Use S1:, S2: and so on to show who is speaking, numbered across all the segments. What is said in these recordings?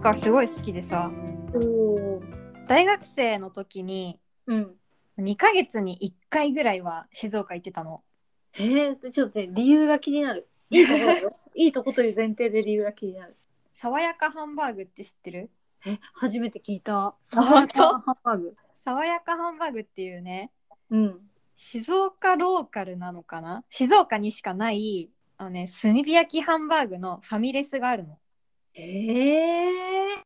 S1: カすごい好きでさ
S2: おー
S1: 大学生の時に
S2: うん。
S1: 2ヶ月に1回ぐらいは静岡行ってたの。
S2: えー、ちょっとね、理由が気になる。いいとこだ よ。いいとこという前提で理由が気になる。
S1: 爽やかハンバーグって知ってる
S2: え、初めて聞いた。サ
S1: 本当
S2: ハンバーグ。
S1: 爽やかハンバーグっていうね
S2: うん。
S1: 静岡ローカルなのかな静岡にしかないあのね炭火焼きハンバーグのファミレスがあるの。
S2: ええ
S1: い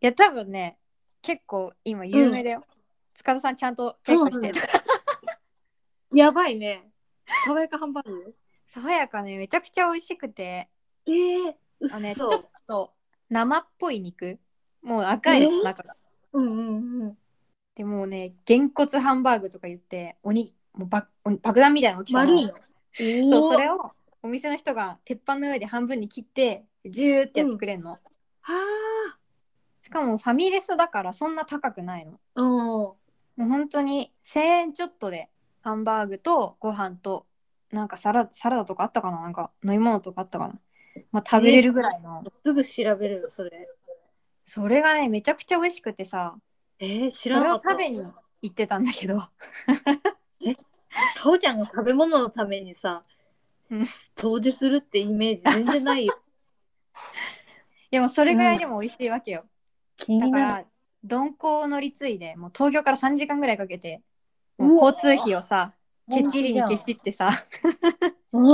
S1: や多分ね結構今有名だよ。塚田さんちゃんとチェックして、
S2: ー、やばいね。爽やかハンバーグ。
S1: 爽やかねめちゃくちゃ美味しくて
S2: ええー、うっ
S1: あの、ね、ち
S2: そ
S1: ょっと生っぽい肉もう赤いの中が。
S2: うんうんうん。
S1: でもうねげんこつハンバーグとか言っておにもうばお爆弾みたいな大きさ
S2: 丸い
S1: の
S2: の。
S1: そうそ
S2: は
S1: れをお店の人が鉄板の上で半分に切ってジューってやってくれるの、
S2: あ。
S1: しかもファミレスだからそんな高くないの
S2: うん。
S1: もう本当に1,000円ちょっとでハンバーグとご飯となんかサラサラダとかあったかななんか飲み物とかあったかな、まあ、食べれるぐらいの、
S2: すぐ調べるの、それ。
S1: それがねめちゃくちゃ美味しくてさ
S2: えー、知
S1: そ
S2: ら
S1: れ
S2: な
S1: を
S2: かった。
S1: 食べに行ってたんだけど
S2: かおちゃんが食べ物のためにさ
S1: うん、
S2: 遠出するってイメージ全然ないよ。
S1: でもそれぐらいでも美味しいわけよ、
S2: 気に
S1: だか
S2: なる。
S1: ら鈍行を乗り継いでもう東京から3時間ぐらいかけても
S2: うわ
S1: う交通費をさケチりにケチってさ
S2: うん。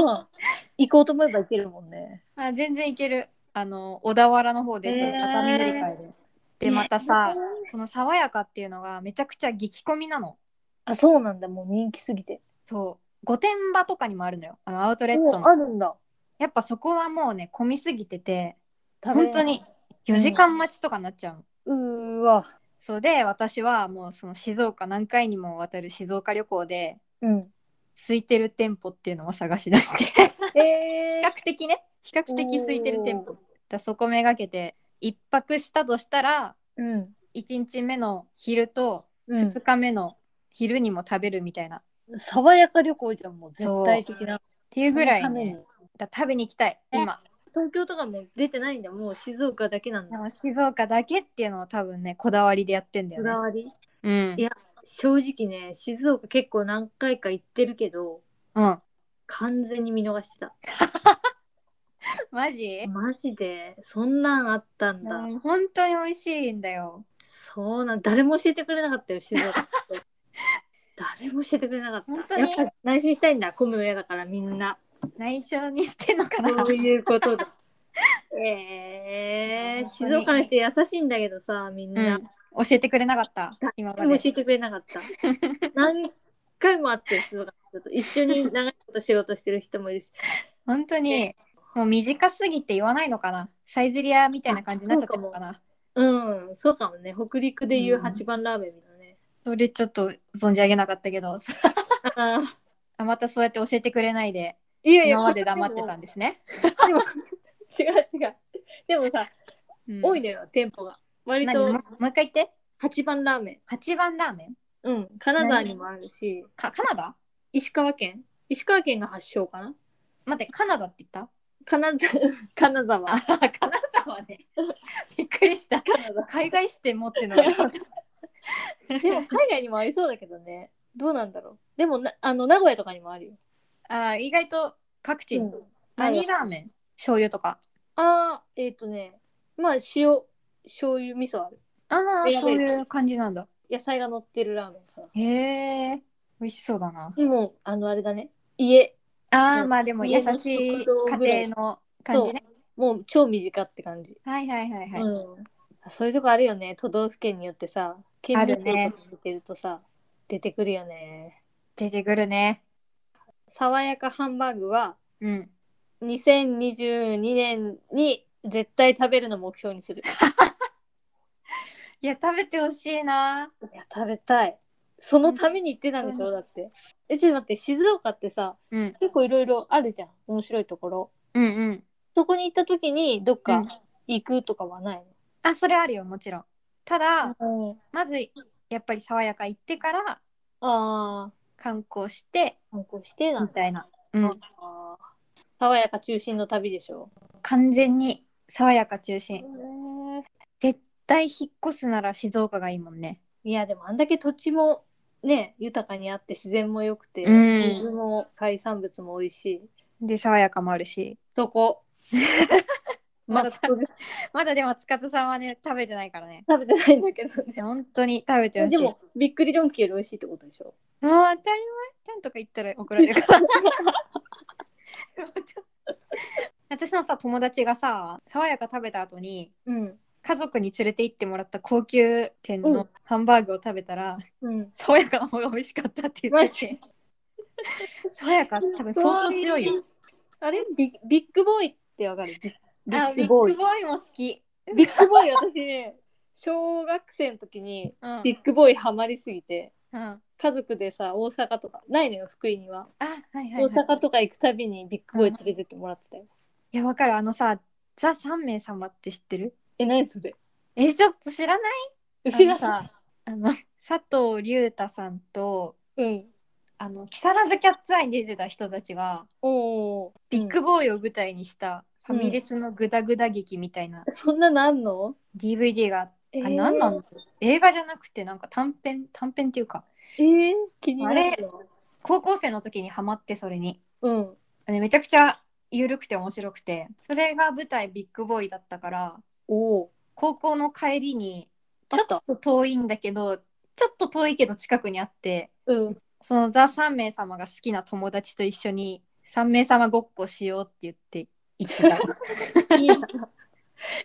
S2: 行こうと思えば行けるもんね。
S1: あ全然行けるあの小田原の方で
S2: へー
S1: 熱海乗り換えで。でまたさこの爽やかっていうのがめちゃくちゃ激混みなの。
S2: あ、そうなんだ。もう人気すぎて。
S1: そう御殿場とかにもあるのよあのアウトレッ
S2: も
S1: ト
S2: うあ
S1: の。
S2: るんだ。
S1: やっぱそこはもうね混みすぎてて
S2: 食べれ
S1: 本
S2: ない
S1: 当に。4時間待ちとかになっちゃうの。
S2: うーわ。
S1: そうで私はもうその静岡何回にもわたる静岡旅行で
S2: うん。
S1: 空いてる店舗っていうのを探し出して
S2: え
S1: 比較的ね 比較的空いてる店舗だそこめがけて1泊したとしたら
S2: ー。うん。
S1: 1日目の昼と
S2: う
S1: 2日目の昼にも食べるみたいな、っ
S2: ん、爽やか旅行じゃんもう絶対的なって
S1: いうぐらい、ね、だ食べに行きたい今
S2: 東京とかも出てないんだもう静岡だけなん
S1: で
S2: だ
S1: も静岡だけっていうのを多分ねこだわりでやってんだ
S2: こ
S1: よね
S2: だわり
S1: うん
S2: いや正直ね静岡結構何回か行ってるけど
S1: うん
S2: 完全に見逃してた
S1: マジ、
S2: マジでそんなんあったんだ、
S1: うん本当に美味しいんだよ
S2: そうなん誰も教えてくれなかったよ静岡 誰も教えてくれなかっ
S1: 本当
S2: た
S1: に
S2: やっぱ内緒にしたいんだ混むの嫌だからみんな
S1: 内緒にしてんのかな
S2: そういうこ とだ
S1: 本当
S2: えー、
S1: に
S2: 静岡の人優しいんだけどさみんな、
S1: うん教えてくれなかった今ま
S2: でも
S1: で
S2: 教えてくれなかった何回も会ってる人とか一緒に長いこと仕事してる人もいるし
S1: 本当にもう短すぎて言わないのかなサイゼリアみたいな感じになっちゃったのかな
S2: うんそうかもね北陸でいう
S1: うん
S2: 八番ラーメンみたいなね、
S1: それちょっと存じ上げなかったけど
S2: ああ
S1: あまたそうやって教えてくれないで
S2: いやいや
S1: 今まで黙ってたんですね、
S2: でも違う違うでもさ、
S1: うん
S2: 多いのよ店舗が割
S1: 何もう
S2: と
S1: もう一回言って
S2: 八番ラーメン
S1: 八番ラーメン
S2: うん金沢にもあるし
S1: かカナダ
S2: 石川県石川県が発祥かな
S1: 待ってカナダって言った
S2: 金沢 金沢
S1: あ 金沢ねびっくりした
S2: 金沢
S1: 海外視点持ってんの かな
S2: でも海外にもありそうだけどねどうなんだろうでもなあの名古屋とかにもあるよ、
S1: あ意外と各地、
S2: うん
S1: 何ラーメン醤油とか
S2: あーえっ、とねまあ塩醤油味噌ある
S1: ああ
S2: 選
S1: そう
S2: べる
S1: いう感じなんだ
S2: 野菜が乗ってるラーメンかな
S1: へえ美味しそうだな
S2: でもあのあれだね家
S1: あ
S2: う
S1: ー
S2: ん
S1: まあでも優しい
S2: 家の食堂ぐらい
S1: 家庭の感じね
S2: もう超身近って感じ、
S1: はいはいはいはい、
S2: うん、そういうとこあるよね都道府県によってさ県民
S1: ある
S2: 票
S1: ね
S2: とか見てるとさ、出てくるよね
S1: 出てくるね
S2: 爽やかハンバーグは
S1: うん
S2: 2022年に絶対食べるの目標にす る
S1: いや食べてほしいない
S2: や食べたいそのために行ってたんでしょ、だってえちょっと待って静岡ってさ
S1: うん
S2: 結構いろいろあるじゃん面白いところ
S1: うんうん
S2: そこに行った時にどっ
S1: う
S2: か
S1: ん
S2: 行くとかはない
S1: あそれあるよもちろんただ、
S2: の、
S1: まずやっぱり爽やか行ってから
S2: ああ
S1: 観光して
S2: 観光してな
S1: み
S2: んだ
S1: たいな、うん、
S2: あー爽やか中心の旅でしょ
S1: 完全に爽やか中心絶対引っ越すなら静岡がいいもんね。
S2: いやでもあんだけ土地もね豊かにあって自然も良くて、
S1: うん
S2: 水も海産物も美味しい
S1: で爽やかもあるし
S2: そ こマストです
S1: まだでも塚津さんはね食べてないからね
S2: 食べてないんだけどね
S1: 本当に食べてほしい
S2: でもびっくりドンキーより美味しいってことでしょ
S1: もう当たり前ちゃんとか言ったら怒られるか ら私のさ友達がさ爽やか食べた後に
S2: うん
S1: 家族に連れて行ってもらった高級店
S2: うん
S1: のハンバーグを食べたら、
S2: うん
S1: 爽やかの方が美味しかったって言ってて爽やか多分相当強いよ
S2: あれビビッグボーイってわかるビッビ
S1: あ
S2: ッ
S1: ビ
S2: グ
S1: ッグボ
S2: ボ
S1: ー
S2: ー
S1: イ
S2: イ
S1: も好き、
S2: ビッグボーイ私ね小学生の時に
S1: うん
S2: ビッグボーイハマりすぎて
S1: うん、あ
S2: 家族でさ大阪とかないのよ福井には
S1: はいはい、はい、
S2: 大阪とか行くたびにビッグボーイ連れてってもらってたよ。
S1: いやわかるあのさザ三名様って知ってる
S2: え、何それ
S1: えちょっと知らない
S2: 後ろさ。
S1: さあの佐藤隆太さんと
S2: うん。
S1: あの木更津キャッツアイに出てた人たちが
S2: おお。
S1: ビッグ
S2: ボ
S1: ボーイを舞台にしたファミレスのグダグダ劇みたいな
S2: ーイ。そんななんの
S1: DVD があって、
S2: え
S1: あれ何なんだろう映画じゃなくてなんか短編短編っていうか
S2: えー、気にな
S1: あ
S2: るよ。
S1: 高校生の時にハマってそれに
S2: うん。
S1: ねめちゃくちゃ緩くて面白くてそれが舞台ビッグボーイだったから
S2: おお。
S1: 高校の帰りに
S2: あ
S1: ちょ
S2: っ
S1: ったと遠いんだけどちょっと遠いけど近くにあって
S2: うん。
S1: そのザ・三名様が好きな友達と一緒に三名様ごっこしようって言って行って たい
S2: いいな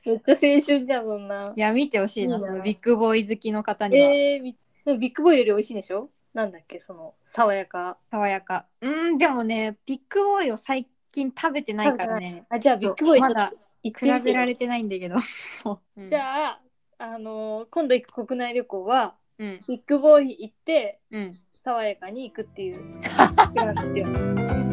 S2: めっちゃ青春じゃん、そんな。
S1: や見てほしいない
S2: いな
S1: そのビッグボーイ好きの方には、
S2: えー、みでもビッグボーイより美味しいんでしょなんだっけ、その、爽やか。
S1: 爽やかうんでもねビッグボーイを最近食べてないからね
S2: あ、じゃあビッグボーイちょ
S1: ま
S2: っと
S1: だ
S2: 行っ
S1: 比
S2: てみて
S1: べられてないんだけどそううん
S2: じゃあ、あのー今度行く国内旅行は、
S1: うん
S2: ビッグボーイ行って、
S1: うん
S2: 爽やかに行くっていうプランにしよう。